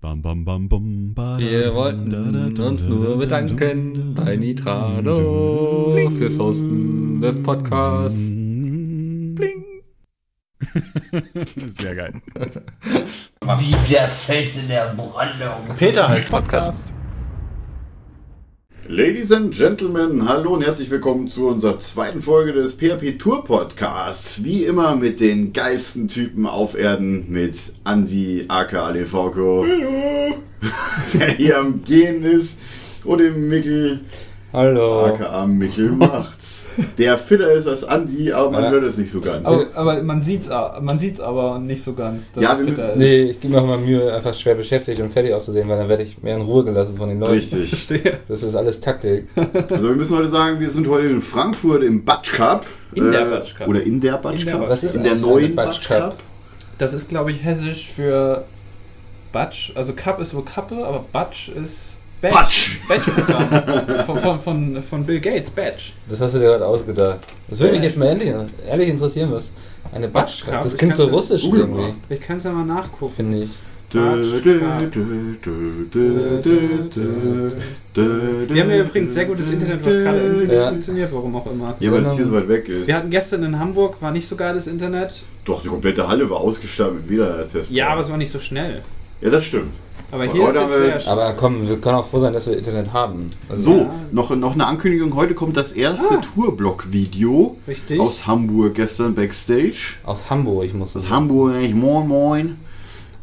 Bam, bam, bam, bam, ba, Wir wollten uns nur bedanken bei Nitrado fürs Hosten des Podcasts. Bling. Sehr geil. Wie der Fels in der Brandung. Peter heißt Podcast. Ladies and Gentlemen, hallo und herzlich willkommen zu unserer zweiten Folge des PHP Tour Podcasts. Wie immer mit den geilsten Typen auf Erden, mit Andy aka Aleforko, der hier am Gehen ist, und dem Mickel Hallo. aka Mickel macht's. Der fitter ist als Andy, aber man hört es nicht so ganz. Aber, aber man sieht's, a- man sieht's aber nicht so ganz, dass Also, Ja, er wir fitter ist. Nee, ich gebe mir auch mal Mühe, einfach schwer beschäftigt und fertig auszusehen, weil dann werde ich mehr in Ruhe gelassen von den Leuten. Richtig. Verstehe. Das ist alles Taktik. Also wir müssen heute sagen, wir sind heute in Frankfurt im Batsch Cup. Äh, In der Batsch Cup. Oder in der Batsch In der Cup. Was ist in der eigentlich neuen eine Batsch Batsch Cup? Cup. Das ist, glaube ich, hessisch für Batsch. Also Cup ist wohl Kappe, aber Batsch ist Batsch. Batch-Programm. von, von, von, von Bill Gates, Batch. Das hast du dir gerade ausgedacht. Das würde mich jetzt mal ehrlich, ehrlich interessieren, was eine Batschka. Batschka, Das ich klingt so kann's- russisch Google irgendwie, mal. Ich kann es ja mal nachgucken. finde ich. Dö, dö, dö, dö, dö, dö, dö. Wir haben ja übrigens sehr gutes Internet, was gerade irgendwie nicht Ja. funktioniert, warum auch immer. Ja, weil es hier so weit weg ist. Wir hatten gestern in Hamburg, war nicht so geiles Internet. Doch, die komplette Halle war ausgestattet mit WLAN-Access. Ja, aber es war nicht so schnell. Ja, das stimmt. Aber Und hier ist heute jetzt haben wir- sehr schnell. Aber komm, wir können auch froh sein, dass wir Internet haben. Also, So, noch, noch eine Ankündigung. Heute kommt das Ah. erste Tourblock-Video Richtig. aus Hamburg gestern Backstage. Aus Hamburg, ich muss Das das. Hamburg, eigentlich moin moin.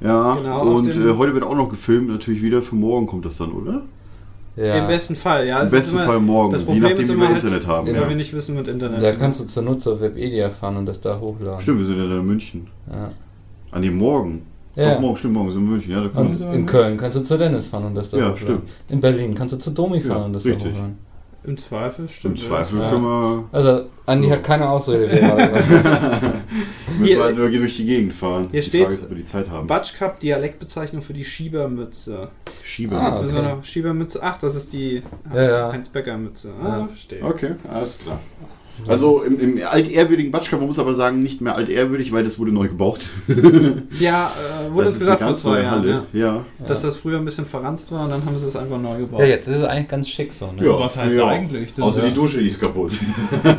Ja, Genau, auf und dem- äh, heute wird auch noch gefilmt, natürlich wieder. Für morgen kommt das dann, oder? Im Ja. besten Fall, ja. Im es ist besten immer- Fall morgen, das je Problem nachdem, ist wie immer wir halt, Internet haben. Weil Ja. wir nicht wissen mit Internet. Da kannst du zur Not zur Webedia fahren und das da hochladen. Stimmt, wir sind ja dann in München. Ja. An dem Morgen. Ja. Doch, morgen, stimmt, morgen sind wir in München. Ja, da können Und wir. in Köln kannst du zu Dennis fahren und das da Ja, hochladen. In Berlin kannst du zu Domi fahren Ja, und das da richtig. hochladen. Im Zweifel, Im stimmt. Zweifel Ja. können wir. Also, Andi hat keine Ausrede. wer war das? Müssen Hier- wir halt nur durch die Gegend fahren. Hier die steht- Frage ist, ob wir die Zeit haben. Batsch Cup, Dialektbezeichnung für die Schiebermütze. Schiebe. Ah, Das ist okay. so eine Schiebermütze. Ach, das ist die Ja, ja. Heinz-Becker-Mütze. Ah, Ja. verstehe. Okay, alles klar. Also im, im altehrwürdigen Batschka, man muss aber sagen, nicht mehr altehrwürdig, weil das wurde neu gebaut. Ja, äh, wurde das uns ist eine gesagt vor ganz zwei neue Jahren, Halle. ja, Ja. dass das früher ein bisschen verranzt war und dann haben sie es einfach neu gebaut. Ja, jetzt ist es eigentlich ganz schick so. Ne? Ja, Was heißt ja. eigentlich? Das Außer ist- die Dusche, die ist kaputt.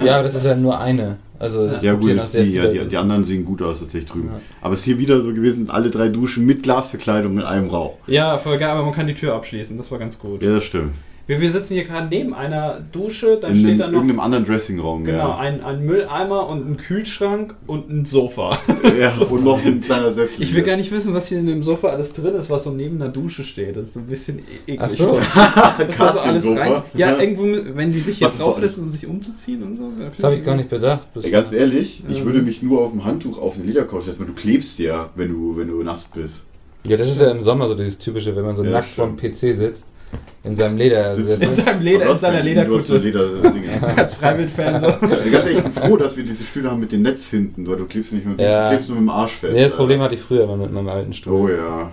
Ja, aber das ist ja nur eine. Also das Ja, gibt gut, hier noch ist sehr die, ja, viele. die, die anderen sehen gut aus tatsächlich drüben. Ja. Aber es ist hier wieder so gewesen, alle drei Duschen mit Glasverkleidung in einem Raum. Ja, voll geil, aber man kann die Tür abschließen, das war ganz gut. Ja, das stimmt. Wir, wir sitzen hier gerade neben einer Dusche, dann in steht einem, da noch irgendeinem anderen Dressingraum, genau, ja. ein, ein Mülleimer und ein Kühlschrank und ein Sofa. ja. Und noch ein kleiner Sessel. Genau. Ich will gar nicht wissen, was hier in dem Sofa alles drin ist, was so neben der Dusche steht. Das ist so ein bisschen e- eklig. Ach so. Das war so alles rein. Ja, irgendwo, mü- wenn die sich Was jetzt ist so draufsetzen, um sich umzuziehen und so. Das habe ich gar nicht bedacht. Bis- Ey, Ganz ehrlich, ich würde mich nur auf dem Handtuch auf eine Ledercouch setzen, weil du klebst ja, wenn du, wenn du nass bist. Ja, das ist ja im Sommer so dieses typische, wenn man so Ja, nackt vorm stimmt. PC sitzt, in seinem Leder Also, Sitzt sitzt. In seinem Leder, in seiner Du hast so Lederkutte. Lederding. Als Freiwild-Fan so. Ja, Ganz ehrlich, ich bin froh, dass wir diese Stühle haben mit dem Netz hinten, weil du klebst nicht mit dem, Ja. du klebst nur mit dem Arsch fest. Nee, das Alter. Problem hatte ich früher immer mit meinem alten Stuhl. Oh ja.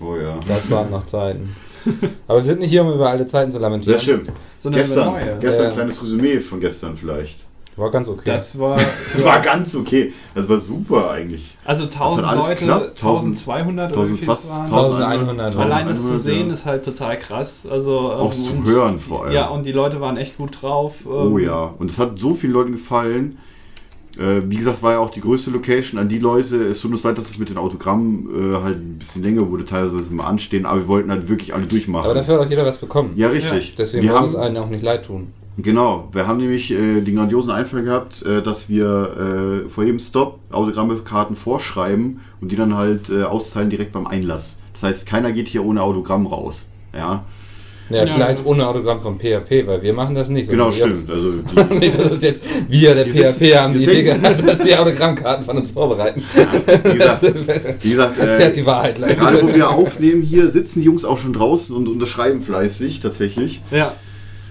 Oh ja. Das waren noch Zeiten. Aber wir sind nicht hier, um über alte Zeiten zu lamentieren. Das stimmt. Sondern eine Gestern, neue. gestern Ja. kleines Resümee von gestern vielleicht. War ganz okay. Das war. Das war ganz okay. Das war super eigentlich. Also hat 1000 alles Leute, geklappt. 1200 oder wie 1000 viel fast es waren. 1100 waren. Allein das zu 1100, sehen ja. ist halt total krass. Also, Auch ähm, zu und- hören vor allem. Ja, und die Leute waren echt gut drauf. ähm, Oh ja, und es hat so vielen Leuten gefallen. Äh, wie gesagt, war ja auch die größte Location an die Leute. Es tut uns leid, dass es mit den Autogrammen äh, halt ein bisschen länger wurde, teilweise mal anstehen, aber wir wollten halt wirklich alle durchmachen. Aber dafür hat auch jeder was bekommen. ja, richtig. Deswegen wir muss haben, es allen auch nicht leid tun. genau, wir haben nämlich äh, den grandiosen Einfall gehabt, äh, dass wir äh, vor jedem Stop Autogrammkarten vorschreiben und die dann halt äh, auszahlen direkt beim Einlass. Das heißt, keiner geht hier ohne Autogramm raus. Ja, Ja, Ja. vielleicht ohne Autogramm vom PHP, weil wir machen das nicht. genau, sondern stimmt. Also die, wir- Nicht, dass es jetzt wir, der Wir PHP, sitzen- haben wir die Idee sitzen- gehabt, dass wir Autogrammkarten von uns vorbereiten. wie gesagt, wie gesagt Erzählt äh, die Wahrheit leider. Gerade wo wir aufnehmen hier, sitzen die Jungs auch schon draußen und unterschreiben fleißig tatsächlich. Ja.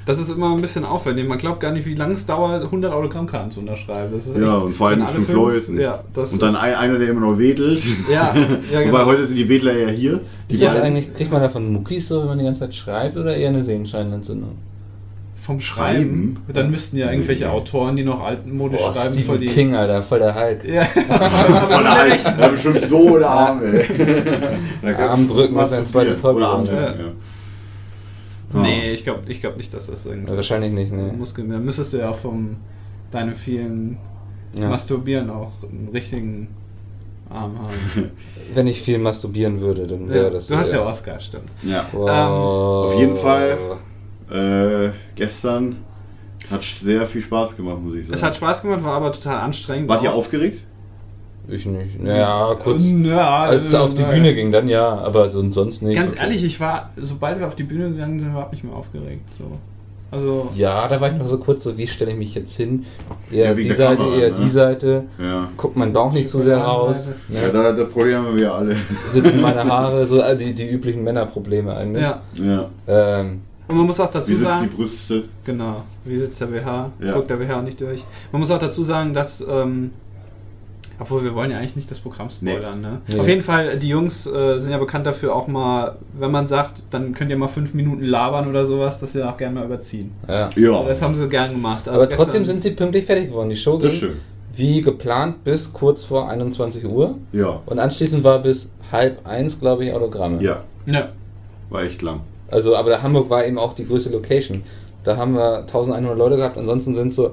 Das ist immer ein bisschen aufwendig. Man glaubt gar nicht, wie lange es dauert, 100 Autogrammkarten zu unterschreiben. Das ist Ja, echt, und vor allem wenn mit alle fünf Leuten. Ja, das Und dann ist, ein, einer, der immer noch wedelt. Ja, ja genau. Wobei heute sind die Wedler ja hier. Die Ist das beiden. eigentlich, kriegt man davon Muckis so, wenn man die ganze Zeit schreibt oder eher eine Sehenscheinentzündung? vom Schreiben. Dann müssten ja irgendwelche Autoren, die noch altmodisch Boah, schreiben, voll Stephen die. King, Alter, voll der Hulk. Ja. Voll alt. Da hab ich schon so eine Arme. Da kannst Arm du drücken ist ein masturbieren. zweites Hobby. Oder Arm Ja. drücken, ja. Ja. Nee, ich glaube ich glaub nicht, dass das irgendwie. Wahrscheinlich nicht, nee. Muskeln mehr. Müsstest du ja auch vom deinem vielen Ja. Masturbieren auch einen richtigen Arm haben. Wenn ich viel masturbieren würde, dann wäre Ja, das. du hast ja Oscar, stimmt. Ja. Wow. Ähm, auf jeden Fall. Äh, gestern hat sehr viel Spaß gemacht, muss ich sagen. Es hat Spaß gemacht, war aber total anstrengend. Wart ihr Auch- aufgeregt? Ich nicht. Naja, kurz. Ja, Als es also, auf die naja. Bühne ging, dann ja, aber so- sonst nicht. Ganz ehrlich, ich war, sobald wir auf die Bühne gegangen sind, überhaupt nicht mehr aufgeregt. So. Also, Ja, da war ich noch so kurz so, wie stelle ich mich jetzt hin? Eher Ja, wegen die der Seite, Kamera, eher ne? die Seite. Ja. Guckt mein Bauch nicht zu sehr raus. Ja, Ne? da, da Problem haben wir alle. Sitzen meine Haare, so all die, die üblichen Männerprobleme ein. ne? ja. Ja. Ähm, Und man muss auch dazu Wie sitzen die sagen, Brüste? genau, wie sitzt der BH? Ja. Guckt der BH nicht durch. Man muss auch dazu sagen, dass, ähm, obwohl wir wollen ja eigentlich nicht das Programm spoilern, ne? Nee. Auf jeden Fall, die Jungs äh, sind ja bekannt dafür auch mal, wenn man sagt, dann könnt ihr mal fünf Minuten labern oder sowas, dass sie dann auch gerne mal überziehen. ja. Ja, Das haben sie gern gemacht. Also Aber trotzdem gestern- sind sie pünktlich fertig geworden. Die Show das ist ging schön. wie geplant bis kurz vor 21 Uhr. Ja. Und anschließend war bis halb eins, glaube ich, Autogramme. Ja, Ja. war echt lang. Also, aber der Hamburg war eben auch die größte Location. Da haben wir 1100 Leute gehabt, ansonsten sind so.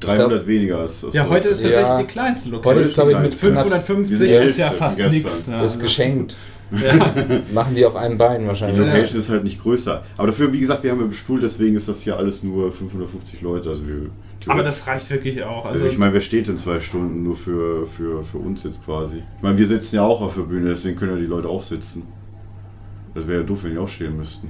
300 weniger als, als Ja, heute ist Ja. tatsächlich die kleinste Location. Heute ist, glaube ich, mit Vielleicht knapp- 550 diese ist ja Hälfte fast ne? Also- von gestern. nichts. Das Ja. ist geschenkt. Ja. Machen die auf einem Bein Die wahrscheinlich. Location ist halt nicht größer. Aber dafür, wie gesagt, wir haben ja bestuhlt, deswegen ist das hier alles nur 550 Leute. Also wir, Aber das reicht wirklich auch. also Also, ich meine, wer steht in zwei Stunden nur für, für, für uns jetzt quasi? Ich meine, wir sitzen ja auch auf der Bühne, deswegen können ja die Leute auch sitzen. Das wäre ja doof, wenn die auch stehen müssten.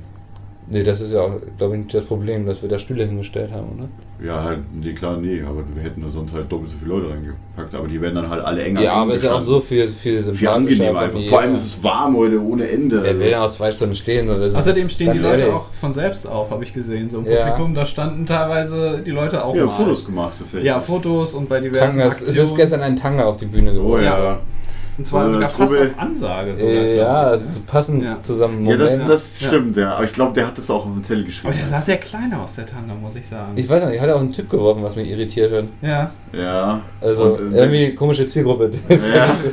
Nee, das ist ja auch, glaube ich, nicht das Problem, dass wir da Stühle hingestellt haben, oder? Ja, halt, nee, klar, nee, aber wir hätten da sonst halt doppelt so viele Leute reingepackt. Aber die werden dann halt alle enger. Ja, aber ist ja auch angestanden. so viel, viel sympathischer. Viel angenehmer für einfach. die- Vor allem ist äh, es warm heute ohne Ende. Also, Wer will ja auch zwei Stunden stehen? so, das ist- außerdem stehen die ganz Leute ehrlich. auch von selbst auf, habe ich gesehen. So im Ja. Publikum, da standen teilweise die Leute auch ja, mal. Fotos gemacht, das hätte Ja, Fotos und bei diversen Tangas, es Aktionen. ist gestern ein Tanga auf die Bühne Oh geworden. ja. und zwar äh, sogar fast Trubel. auf Ansage. Sogar, Äh, ja, glaub ich. es ist passend Ja. zusammen. Ja, das, Moment. das Ja. stimmt, ja. Aber ich glaube, der hat das auch auf den Zettel geschrieben. Aber der sah sehr klein aus, der Tanga, muss ich sagen. ich weiß nicht, ich hatte auch einen Typ geworfen, was mich irritiert hat. ja, Ja. Also Und, äh, irgendwie komische Zielgruppe. Ja.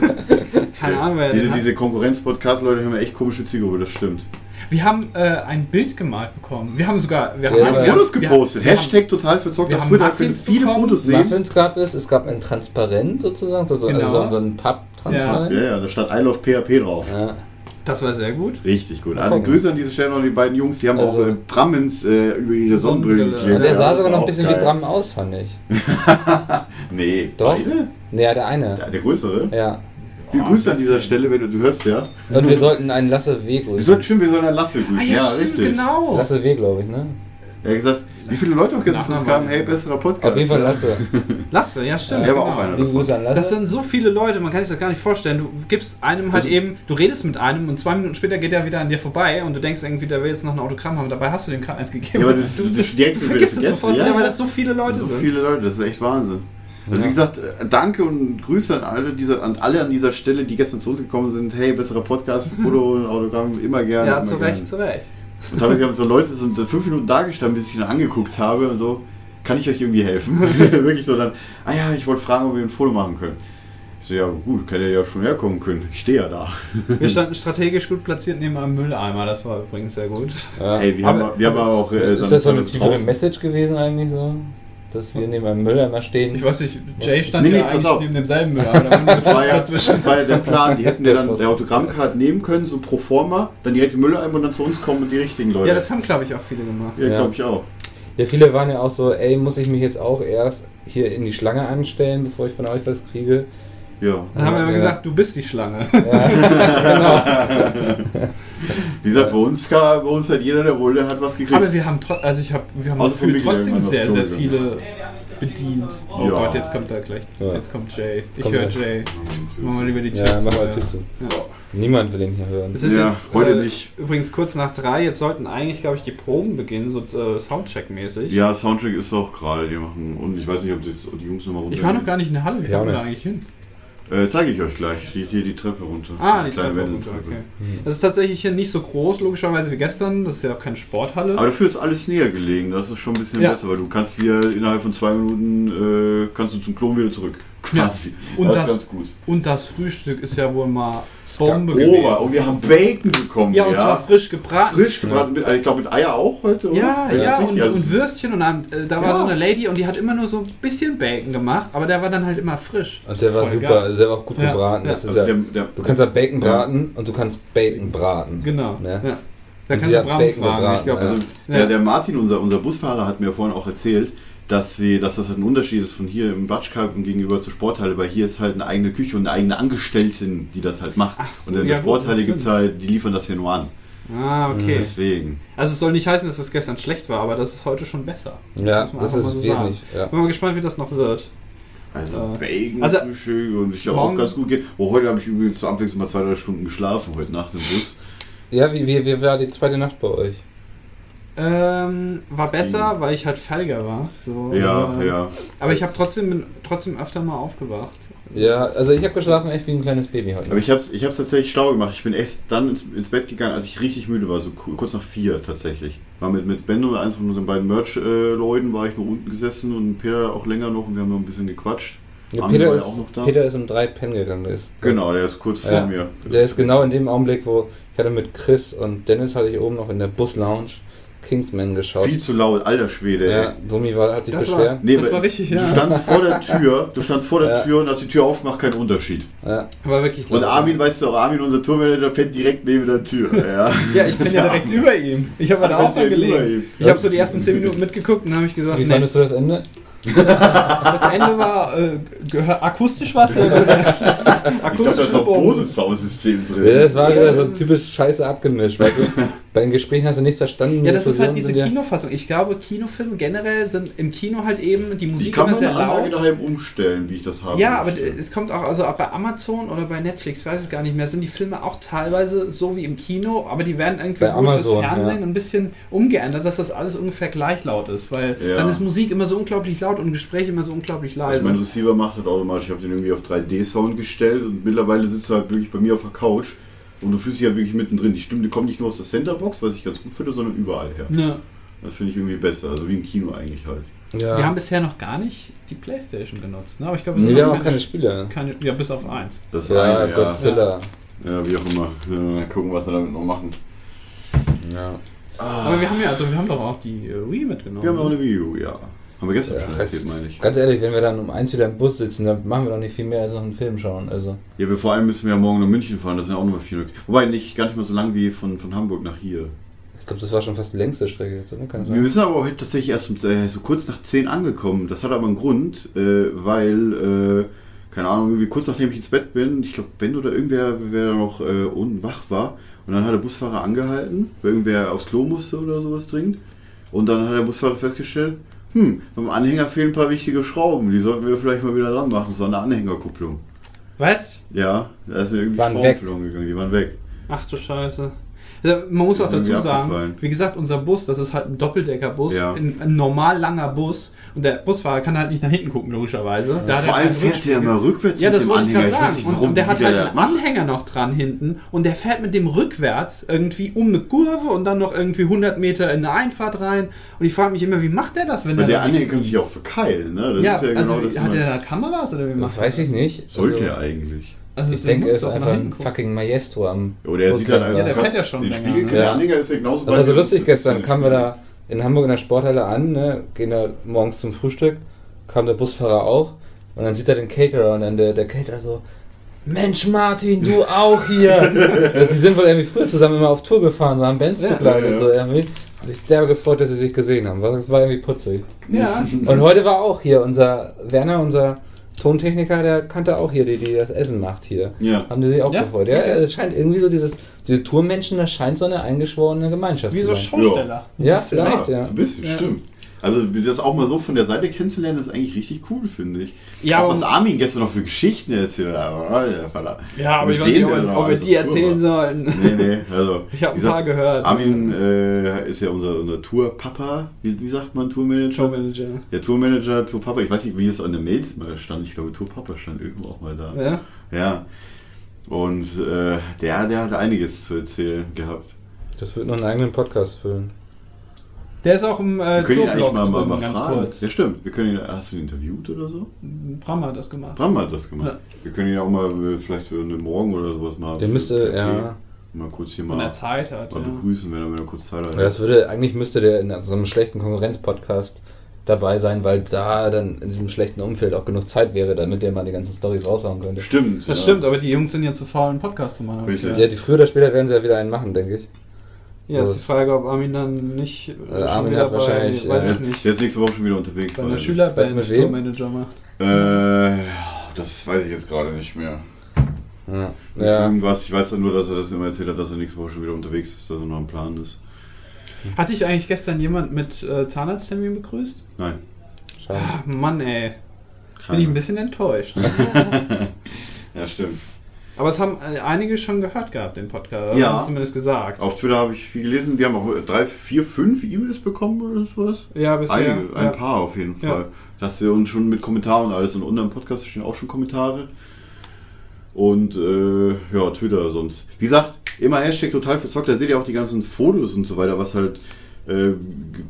keine Ahnung, wer diese den hat. diese Konkurrenz-Podcast-Leute haben ja echt komische Zielgruppe, das stimmt. Wir haben äh, ein Bild gemalt bekommen. Wir haben sogar... Wir Ja, Wir aber- haben wir Fotos wir- gepostet. wir haben- Hashtag total verzockt wir auf haben Twitter. Könnt ihr Muffins viele bekommen. Fotos sehen. Muffins gab es, es gab ein Transparent sozusagen, so, so, Genau. also so, so ein Papp-Transparent. Ja, ja, da stand I love PHP drauf. Ja. Das war sehr gut. Richtig gut. Also gucken. Grüße an diese Stelle noch an die beiden Jungs, die haben Also- auch äh, Brammens äh, über ihre Sonnenbrille Sonnenbrille. geklebt. Und der Ja, sah das sogar ist noch auch ein bisschen geil. wie Bram aus, fand ich. Nee. Doch. Beide? Naja, der eine. Ja, der größere. Ja. Viel Grüße an dieser Stelle, wenn du, du hörst, ja. Und wir sollten einen Lasse W Wir grüßen. sollten schön, wir sollen an Lasse grüßen. Ah ja, ja, stimmt, richtig. genau. Lasse W, glaube ich, ne? Er hat gesagt, wie viele Leute noch gesagt, Nachname. uns kamen, hey, besserer Podcast. Auf jeden Fall Lasse. Lasse, ja stimmt. genau. Der war auch einer. Liebe Grüße an Das Lasse. sind so viele Leute, man kann sich das gar nicht vorstellen. Du gibst einem halt eben, du redest mit einem und zwei Minuten später geht er wieder an dir vorbei und du denkst irgendwie, der will jetzt noch ein Autogramm haben. Dabei hast du dem gerade eins gegeben. Ja, aber du, das- du, das- das- direkt du wieder vergisst es vergessen. sofort Ja, wieder, ja. weil das so viele Leute so sind. viele Leute, das ist echt Wahnsinn. Also wie gesagt, äh, danke und Grüße an alle, dieser, an alle an dieser Stelle, die gestern zu uns gekommen sind. Hey, besserer Podcast, Foto und Autogramm, immer gerne. ja, immer zu Recht, gerne. zu Recht. Und teilweise haben so Leute sind fünf Minuten dargestanden, bis ich ihn angeguckt habe und so, kann ich euch irgendwie helfen? Wirklich so dann, ah ja, ich wollte fragen, ob wir ein Foto machen können. Ich so, ja gut, kann er ja schon herkommen können. Ich stehe ja da. Wir standen strategisch gut platziert neben einem Mülleimer, das war übrigens sehr gut. Ja. Ey, wir haben, wir haben aber auch... äh, Ist dann- das so eine dann tiefere draußen- Message gewesen eigentlich so? Dass wir neben einem Mülleimer stehen? Ich weiß nicht, Jay stand Nee, nee, ja pass eigentlich auf. neben demselben Mülleimer, da war Das war, ja, dazwischen. das war ja der Plan. Die hätten ja Das dann war's. der Autogrammkarte nehmen können, so pro forma, dann direkt in den Mülleimer und dann zu uns kommen und die richtigen Leute. Ja, das haben glaube ich auch viele gemacht. ja, Ja. glaube ich auch. Ja, viele waren ja auch so, ey, muss ich mich jetzt auch erst hier in die Schlange anstellen, bevor ich von euch was kriege? Ja. Dann haben wir immer Ja. gesagt, du bist die Schlange. Ja, genau. Wie gesagt, bei uns, ka- bei uns hat jeder, der wollte, hat was gekriegt. Aber wir haben, tro- also ich hab, wir haben Außer von gefühlt Miguel, trotzdem der sehr, irgendwann sehr aufs Klo viele bedient. Oh Ja. Gott, jetzt kommt er gleich. Ja. Jetzt kommt Jay. Ich Kommt höre er. Jay. Machen wir lieber die Tür ja zu. mach mal ja. Tür zu. Ja. Niemand will ihn hier hören. Es ist Ja, jetzt, heute äh, nicht. Übrigens kurz nach drei. Jetzt sollten eigentlich, glaube ich, die Proben beginnen, so äh, Soundcheck-mäßig. ja, Soundtrack ist auch gerade, die machen. Und ich weiß nicht, ob das die Jungs nochmal runter. Ich war noch gar nicht in der Halle. Wie Ja, kamen wir ne. da eigentlich hin? Äh, Zeige ich euch gleich. Steht hier die Treppe runter. Ah, Diese die Treppe runter, Wendeltreppe. okay. Das ist tatsächlich hier nicht so groß, logischerweise wie gestern. Das ist ja auch keine Sporthalle. Aber dafür ist alles näher gelegen. Das ist schon ein bisschen Ja. besser, weil du kannst hier innerhalb von zwei Minuten äh, kannst du zum Klo wieder zurück. Ja. Quasi. Und das, das- ist ganz gut. Und das Frühstück ist ja wohl mal Skak- Bombe Ober. gewesen. Oh, Und wir haben Bacon bekommen. Ja, und zwar frisch gebraten. frisch gebraten. Mit, also ich glaube mit Eier auch heute. oder? Ja, ja, sicher. und, Also, und Würstchen und dann, äh, da war Ja. so eine Lady und die hat immer nur so ein bisschen Bacon gemacht, aber der war dann halt immer frisch. Und der war Voll super, geil. also der war auch gut Ja, gebraten. ja. Das ist also ja, der, der, du kannst ja Bacon Ja. braten und du kannst Bacon braten. Genau. Ne? Ja. Da Und kannst sie du hat Bram Bacon fragen. gebraten, Ich glaube, also Ja. Der, der Martin, unser, unser Busfahrer, hat mir vorhin auch erzählt, dass, sie, dass das halt ein Unterschied ist von hier im Batschkalben gegenüber zur Sporthalle, weil hier ist halt eine eigene Küche und eine eigene Angestelltin, die das halt macht. Ach so, und in ja der gut, Sporthalle macht gibt es Sinn. halt, die liefern das hier nur an. Ah, okay. Deswegen. Also es soll nicht heißen, dass es gestern schlecht war, aber das ist heute schon besser. Ja, muss man das einfach mal ist so wesentlich. Ja. Ich bin mal gespannt, wie das noch wird. Also Äh, Bacon, also- Frühstück und ich glaube auch Morgen- ganz gut geht. Oh, heute habe ich übrigens zur Abwechslung mal zwei, drei Stunden geschlafen, heute Nacht im Bus. ja, wie, wie, wie war die zweite Nacht bei euch? Ähm, war Das besser, ging. weil ich halt fertiger war. So, Ja, äh, ja. Aber ich habe trotzdem, bin trotzdem öfter mal aufgewacht. Ja, also ich habe geschlafen echt wie ein kleines Baby heute. Aber ich habe es ich hab's tatsächlich schlau gemacht. Ich bin erst dann ins, ins Bett gegangen, als ich richtig müde war, so ku- kurz nach vier tatsächlich. War mit, mit Ben und eins von unseren beiden Merch-Leuten, äh, war ich noch unten gesessen und Peter auch länger noch und wir haben noch ein bisschen gequatscht. Ja, Armin Peter, war ja ist, auch noch da. Peter ist um drei pennen gegangen. Der ist, Genau, der ist kurz Ja. vor mir. Der ist genau in dem Augenblick, wo ich hatte mit Chris und Dennis hatte ich oben noch in der Bus-Lounge Kingsman geschaut. Viel zu laut, alter Schwede, ja, ey. Domi war, hat sich Das war- beschwert. Nee, Das weil- war richtig, ja. Du standst vor der Tür, du standst vor der Ja. Tür und als die Tür aufmacht, kein Unterschied. Ja, War wirklich Und laut. Armin, weißt du auch, Armin, unser Tourmanager, pennt direkt neben der Tür. Ja, Ja, ich bin ja direkt über ihm. Ich habe da auch Bisschen dann gelegen. über ihm. Ich habe so die ersten 10 Minuten mitgeguckt und habe ich gesagt, wie nee, fandest du das Ende? das Ende war äh, gehör- akustisch was. akustisch Ich glaube, da ist noch verbogen. Bose-Soundsystem drin. Ja, das war Ja. wieder so typisch scheiße abgemischt, weißt du? Bei den Gesprächen hast du nichts verstanden. Ja, die das ist halt Diskussionen diese sind ja- Kinoffassung. Ich glaube, Kinofilme generell sind im Kino halt eben die Ich Musik kann immer meine sehr Anlage laut. daheim umstellen, wie ich das habe. Ja, aber d- es kommt auch, also bei Amazon oder bei Netflix, weiß es gar nicht mehr, sind die Filme auch teilweise so wie im Kino, aber die werden irgendwie Bei wohl Amazon, fürs Fernsehen ja. ein bisschen umgeändert, dass das alles ungefähr gleich laut ist, weil Ja. dann ist Musik immer so unglaublich laut und Gespräche immer so unglaublich Was leise. Also mein Receiver macht, hat automatisch. Ich habe den irgendwie auf 3D-Sound gestellt und mittlerweile sitzt du halt wirklich bei mir auf der Couch und du fühlst dich ja wirklich mittendrin. Die Stimme die kommt nicht nur aus der Centerbox, was ich ganz gut finde, sondern überall her. Ne. Das finde ich irgendwie besser. Also wie im Kino eigentlich halt. Ja. Wir haben bisher noch gar nicht die Playstation genutzt, ne? aber ich glaube, Ähm. Nee, sind wir noch haben auch keine Spiele. keine, ja, bis auf eins. Das Ja, eine, ja. Godzilla. ja, wie auch immer. Ja, mal gucken, was wir damit noch machen. Ja. Ah. Aber wir haben ja, also wir haben doch auch die äh, Wii mitgenommen. Wir haben auch ne? eine Video, ja. Haben wir gestern Ja, schon das- erzählt, meine ich. Ganz ehrlich, wenn wir dann um eins wieder im Bus sitzen, dann machen wir doch nicht viel mehr als noch einen Film schauen. Also. Ja, wir vor allem müssen wir ja morgen nach München fahren, das sind ja auch nochmal 400. Wobei nicht gar nicht mal so lang wie von, von Hamburg nach hier. Ich glaube, das war schon fast die längste Strecke jetzt, oder? Kann das Wir sein? sind aber heute tatsächlich erst um, äh, so kurz nach 10 angekommen. Das hat aber einen Grund, äh, weil, äh, keine Ahnung, irgendwie kurz nachdem ich ins Bett bin, ich glaube Ben oder irgendwer, wer da noch äh, unten wach war, und dann hat der Busfahrer angehalten, weil irgendwer aufs Klo musste oder sowas dringend. Und dann hat der Busfahrer festgestellt, hm, beim Anhänger fehlen ein paar wichtige Schrauben, die sollten wir vielleicht mal wieder dran machen. Es war eine Anhängerkupplung. Was? Ja, da ist irgendwie Waren Schrauben weg. verloren gegangen, die waren weg. Ach du Scheiße. Ja, Man muss auch Ist mir dazu irgendwie sagen, abgefallen. wie gesagt, unser Bus, das ist halt ein Doppeldeckerbus, Ja. ein, ein normal langer Bus und der Busfahrer kann halt nicht nach hinten gucken, logischerweise. Da hat er Vor allem keinen fährt der Rückspiegel. immer rückwärts Ja, mit das dem wollte ich Anhänger. gerade weiß sagen. nicht, Und, warum und der hat wie halt da einen Anhänger noch dran hinten und der fährt mit dem rückwärts irgendwie um eine Kurve und dann noch irgendwie 100 Meter in eine Einfahrt rein. Und ich frage mich immer, wie macht der das, wenn Weil der der da Anhänger nichts kann sich sieht? auch verkeilen, ne? Das Ja, ist ja genau also das. hat immer- der da Kameras oder wie macht er Weiß ich das? nicht. Sollte also, er eigentlich. Also, Ich der denke, muss er ist doch nach einfach hinten ein gucken. fucking Maestro am. Oder er sieht halt Busländer. einfach. Ja, der krass, fährt ja schon Den länger, Spiegel, ne? Der Ja. Anhänger ist ja genauso Das war so wie- lustig das ist gestern. ein Kamen wir Spiegel. da in Hamburg in der Sporthalle an, ne, gehen da morgens zum Frühstück, kam der Busfahrer auch und dann sieht er den Caterer und dann der, der Caterer so. Mensch, Martin, du auch hier! Ja, die sind wohl irgendwie früher zusammen immer auf Tour gefahren, so haben Bands Ja. begleitet. Ja, ja. So irgendwie. Hat sich sehr gefreut, dass sie sich gesehen haben. war- Das war irgendwie putzig. Ja, Und heute war auch hier unser Werner, unser Tontechniker, der kannte auch hier, die, die das Essen macht hier. Ja. Haben die sich auch Ja? gefreut. Ja, es scheint irgendwie so dieses, diese Tourmenschen, das scheint so eine eingeschworene Gemeinschaft wie zu so sein. Schausteller. Ja, vielleicht, Ja, ja. so ein bisschen, Ja. stimmt. Also das auch mal so von der Seite kennenzulernen, ist eigentlich richtig cool, finde ich. Ja, auch was aber- Armin gestern noch für Geschichten erzählt hat. Oh, der Vater. Ja, aber Mit ich weiß nicht, dem ob, der wir- noch ob wir alles die auf Tour erzählen war. sollen. Nee, nee, also. Ich habe wie ein paar gesagt, gehört. Armin äh, ist ja unser, unser Tourpapa. Wie, wie sagt man Tourmanager? Showmanager. Der Tourmanager, Tourpapa. Ich weiß nicht, wie es an den Mails mal stand. Ich glaube, Tourpapa stand irgendwo auch mal da. Ja? Ja. Und äh, der, der hat einiges zu erzählen gehabt. Das wird noch einen eigenen Podcast füllen. Der ist auch im äh, Wir können ihn eigentlich Tourblock mal, mal, drin, mal ganz fragen. kurz. Ja, stimmt. Wir können ihn, hast du ihn interviewt oder so? Bram hat das gemacht. Bram hat das gemacht. Ja. Wir können ihn auch mal äh, vielleicht für einen Morgen oder sowas mal. Der müsste, ja. Mal kurz hier Wenn mal, er Zeit hat. mal Ja. begrüßen, wenn er, wenn er kurz Zeit hat. Ja, Das würde, eigentlich müsste der in so einem schlechten Konkurrenz-Podcast dabei sein, weil da dann in diesem schlechten Umfeld auch genug Zeit wäre, damit der mal die ganzen Storys raushauen könnte. Stimmt. Das ja. stimmt, aber die Jungs sind ja zu faul, einen Podcast zu machen. hab ich Richtig. gehört. Ja, die früher oder später werden sie ja wieder einen machen, denke ich. Ja, ist die Frage, ob Armin dann nicht. äh, Äh, Armin hat wahrscheinlich, äh, Weiß ja. ich nicht. Der ist nächste Woche schon wieder unterwegs. Bei einer weil- Weißt Schülerband du, mit wem? Tourmanager macht. Äh, das weiß ich jetzt gerade nicht mehr. Ja. ja. Irgendwas, ich weiß nur, dass er das immer erzählt hat, dass er nächste Woche schon wieder unterwegs ist, dass er noch am Plan ist. Hatte ich eigentlich gestern jemand mit äh, Zahnarzttermin begrüßt? Nein. Schade. Ach, Mann, ey. Bin keine. ich ein bisschen enttäuscht. Ja, stimmt. Aber es haben äh, einige schon gehört gehabt, den Podcast. Ja. Haben es zumindest gesagt. Auf Twitter habe ich viel gelesen. Wir haben auch drei, vier, fünf E-Mails bekommen oder sowas. ja, bisher. Einige, ein ja. paar auf jeden Fall. Ja. Dass wir uns schon mit Kommentaren und alles und unter dem Podcast stehen auch schon Kommentare. Und äh, ja, Twitter sonst. Wie gesagt, immer Hashtag total verzockt. Da seht ihr auch die ganzen Fotos und so weiter, was halt äh,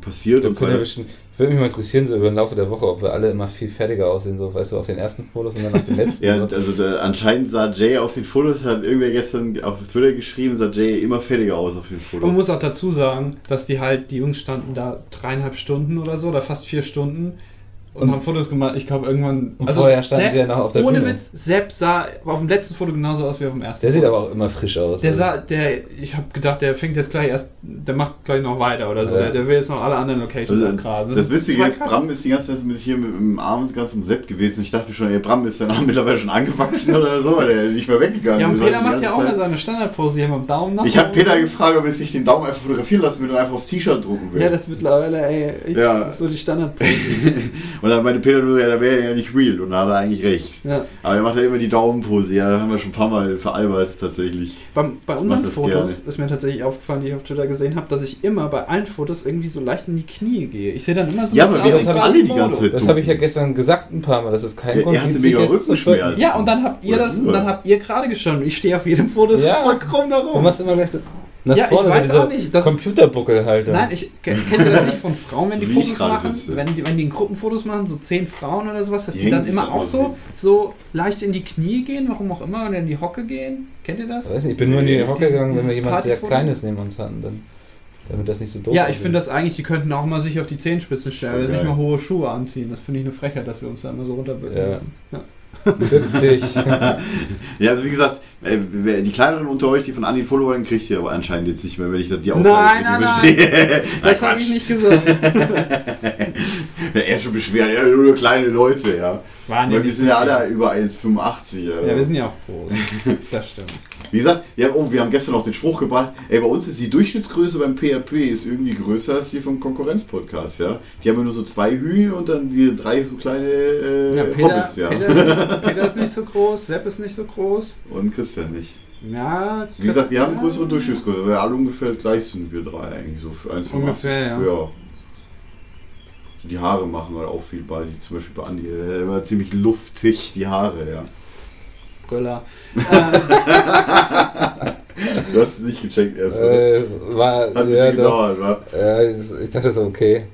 passiert Da und so können wir weiter. bestimmt, würde mich mal interessieren, so über den Laufe der Woche, ob wir alle immer viel fertiger aussehen, so, weißt du, auf den ersten Fotos und dann auf den letzten. Ja, so. also da, anscheinend sah Jay auf den Fotos, hat irgendwer gestern auf Twitter geschrieben, sah Jay immer fertiger aus auf den Man Fotos. muss auch dazu sagen, dass die halt, die Jungs standen da dreieinhalb Stunden oder so, oder fast vier Stunden und, Und- haben Fotos gemacht. Ich glaube, irgendwann. also Und vorher standen sie ja noch auf der ohne Bühne. Witz, Sepp sah auf dem letzten Foto genauso aus wie auf dem ersten. Der sieht Foto. aber auch immer frisch aus. Der also. sah, der, ich habe gedacht, der fängt jetzt gleich erst, der macht gleich noch weiter oder so. Ja. Der, der will jetzt noch alle anderen Locations Also, abgrasen. das Witzige total ist, krass. Bram ist die ganze Zeit mit hier mit dem Arm ganz um Sepp gewesen. Ich dachte mir schon, ey, Bram ist dein Arm mittlerweile schon angewachsen oder so, weil der nicht mehr weggegangen Ja, und ist. Peter Die macht ganze ja auch Zeit- mal seine Standardpose hier mit dem Daumen nach Ich habe oben. Peter gefragt, ob er sich den Daumen einfach fotografieren lassen will und einfach aufs T-Shirt drucken will. Ja, das mittlerweile, ey, ich, Ja. das ist so die Standardpose. und dann meinte Peter nur, ja, da wäre er ja nicht real. Und da hat er eigentlich recht. ja. Aber er macht ja immer die Daumenpose. Ja, da haben wir schon ein paar Mal veralbert tatsächlich. Bei, bei unseren Mach das Fotos gerne. ist mir tatsächlich aufgefallen, die ich auf Twitter gesehen habe, dass ich immer bei allen Fotos irgendwie so leicht in die Knie gehe. Ich sehe dann immer so ja, ein aber bisschen wir aus haben wie uns alle Quasimodo. die ganze Zeit Das habe ich ja gestern gesagt ein paar Mal, das ist kein Er- Grund. er hatte sich mega jetzt zu Rückenschmerzen. schminken. Ja, und dann habt ihr Oder das, du, und dann oder? habt ihr gerade gestanden. Ich stehe auf jedem Foto so Ja. voll krumm da Du rum. machst immer gleich so nach Ja, ich vorne, weiß so diese auch nicht, das- Computerbuckel halt. ja. Nein, ich ke- kennt ihr das nicht von Frauen, wenn die So wie ich Fotos gerade machen, sitze. wenn die, wenn die in Gruppenfotos machen, so zehn Frauen oder sowas, dass Die die, dann hängen sich immer auch auch so, so leicht in die Knie gehen, warum auch immer, und in die Hocke gehen. Kennt ihr Ich Äh, das? weiß nicht, ich bin nur in die Hocke Dieses- gegangen, wenn wir dieses jemand sehr Partyfoto. Kleines neben uns hatten, dann, damit das nicht so doof Ja, ich aussieht. finde das eigentlich, die könnten auch mal sich auf die Zehenspitzen stellen Voll oder sich geil. mal hohe Schuhe anziehen. Das finde ich eine Frechheit, dass wir uns da immer so runterbücken Ja. müssen. Ja. Wirklich. Ja, also wie gesagt, äh, wer- die kleineren unter euch, die von Andi ein Foto wollen, kriegt ihr aber anscheinend jetzt nicht mehr, wenn ich das die Aussage Nein, nein, nein. nein. Das habe ich nicht gesagt. Er ist schon beschwert, ja, nur kleine Leute, ja. Waren Weil wir sind ja alle über 1,85. Ja, wir sind ja auch groß. Das stimmt. Wie gesagt, ja, oh, wir haben gestern noch den Spruch gebracht, ey, bei uns ist die Durchschnittsgröße beim PHP ist irgendwie größer als die vom Konkurrenzpodcast, ja. Die haben ja nur so zwei Hühn und dann die drei so kleine äh, Ja, Peter, Hobbits, ja. Peter, ist, Peter ist nicht so groß, Sepp ist nicht so groß. Und Christian nicht. Ja, Wie gesagt, wir haben ja, größere Durchschnittsgröße, weil alle ungefähr gleich sind, wir drei eigentlich, so für 1,85. Ungefähr, ja. ja. Die Haare machen halt auch viel bei, die, zum Beispiel bei Andi, der war ziemlich luftig, die Haare, ja. Brüller. Ähm, Du hast es nicht gecheckt erst. oder? äh, es war, Hat ein ja, bisschen doch, gedauert, war ja, es- ich dachte, das war okay.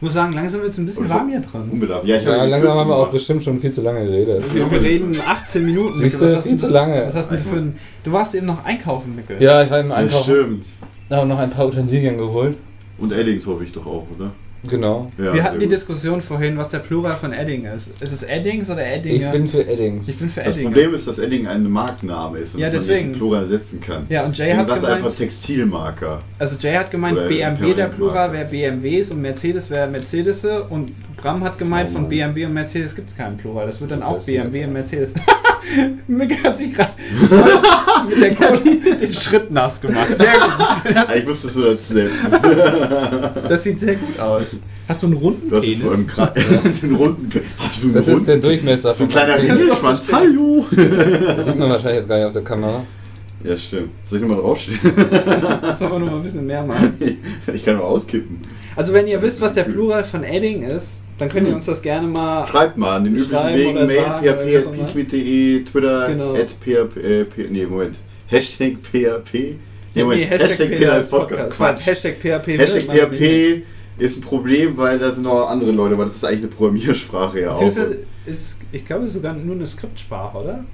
muss sagen, langsam wird es ein bisschen Und so- warm hier dran. unbedarft. Ja, ich Ja, habe die langsam Tür haben wir auch zugemacht. bestimmt schon viel zu lange geredet. Wir, wir reden 18 Minuten. Siehst Was du, hast viel denn zu du- lange. Was hast du denn für ein. Du warst eben noch einkaufen, Mickel. Ja, ich war im Das Einkaufen, stimmt. habe noch ein paar Utensilien geholt. Und Eddings hoffe ich doch auch, oder? Genau. Ja, wir hatten die sehr gut. Diskussion vorhin, was der Plural von Edding ist. Ist es Eddings oder Ich Eddinger? bin für Eddings. ich bin für Das Eddinger. Problem ist, dass Edding ein Markenname ist und Ja, dass man deswegen. nicht Plural setzen kann. Ja, und Jay Deswegen hat sagt er gemeint- einfach Textilmarker. Also Jay hat gemeint, Oder BMW der Imperial Plural wäre Masters. BMWs und Mercedes wäre Mercedes und Bram hat gemeint, Oh von Mann. BMW und Mercedes gibt es keinen Plural. Das wird dann Das auch ist BMW jetzt- und Mercedes. Mick hat sich gerade mit der Kohle den Schritt nass gemacht. Sehr gut. Eigentlich müsstest du das nennen. Das sieht sehr gut aus. Hast du einen runden Das ist vor Penis? allem Kreis. Den runden Pe- Hast du einen Das runden ist der Durchmesser So ein von kleiner meinem Penis. Riesenschwanz. Hallo! Das sieht man wahrscheinlich jetzt gar nicht auf der Kamera. Ja, stimmt. Soll ich nochmal draufstehen? Kannst du aber noch mal ein bisschen mehr machen. Ich kann mal auskippen. Also wenn ihr wisst, was der Plural von Edding ist, dann könnt ihr uns das gerne mal... Schreibt mal an den üblichen Schreiben Wegen, oder Mail, sagen oder wie auch PHP, immer. peacemeet.de, Twitter, Genau. at PHP, äh, P- nee, Moment, Hashtag PHP, nee, Moment, Hashtag PHP PHP ist Podcast, Quatsch. Hashtag, Hashtag PHP. will man nicht. PHP ist ein Problem, weil da sind auch andere Leute, weil das ist eigentlich eine Programmiersprache ja auch. Beziehungsweise, ist, es- ich glaube, es ist sogar nur eine Skriptsprache, oder?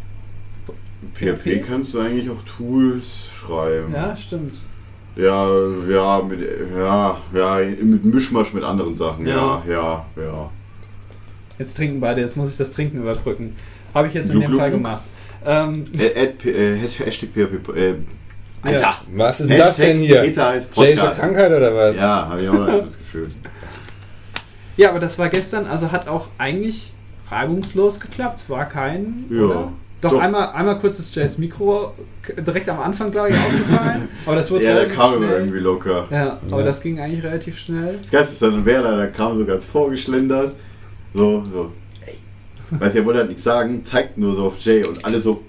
PHP? PHP kannst du eigentlich auch Tools schreiben. Ja, stimmt. Ja, ja, mit, ja, ja, mit Mischmasch mit anderen Sachen. Ja, ja, ja. Jetzt trinken beide, jetzt muss ich das Trinken überbrücken. Habe ich jetzt in Gluck, dem gluck, Fall gluck. gemacht. Ähm, Äh, at, äh, Hashtag PHP. Äh, Alter, Ja. Was ist denn das Hashtag denn hier? Peter heißt Jayische Podcast. Krankheit oder was? Ja, habe ich auch noch das Gefühl. ja, aber das war gestern, also hat auch eigentlich reibungslos geklappt. Es war kein. Ja. Oder? Doch, Doch. Einmal, einmal kurz ist Jays Mikro k- direkt am Anfang, glaube ich, ausgefallen. aber das wurde Ja, der relativ kam immer schnell. irgendwie locker. Ja, aber Ja. das ging eigentlich relativ schnell. Das Geilste ist dann, wer da kam so ganz vorgeschlendert. So, so. Ey. Weiß ja, wollte halt nichts sagen, zeigt nur so auf Jay und alle so.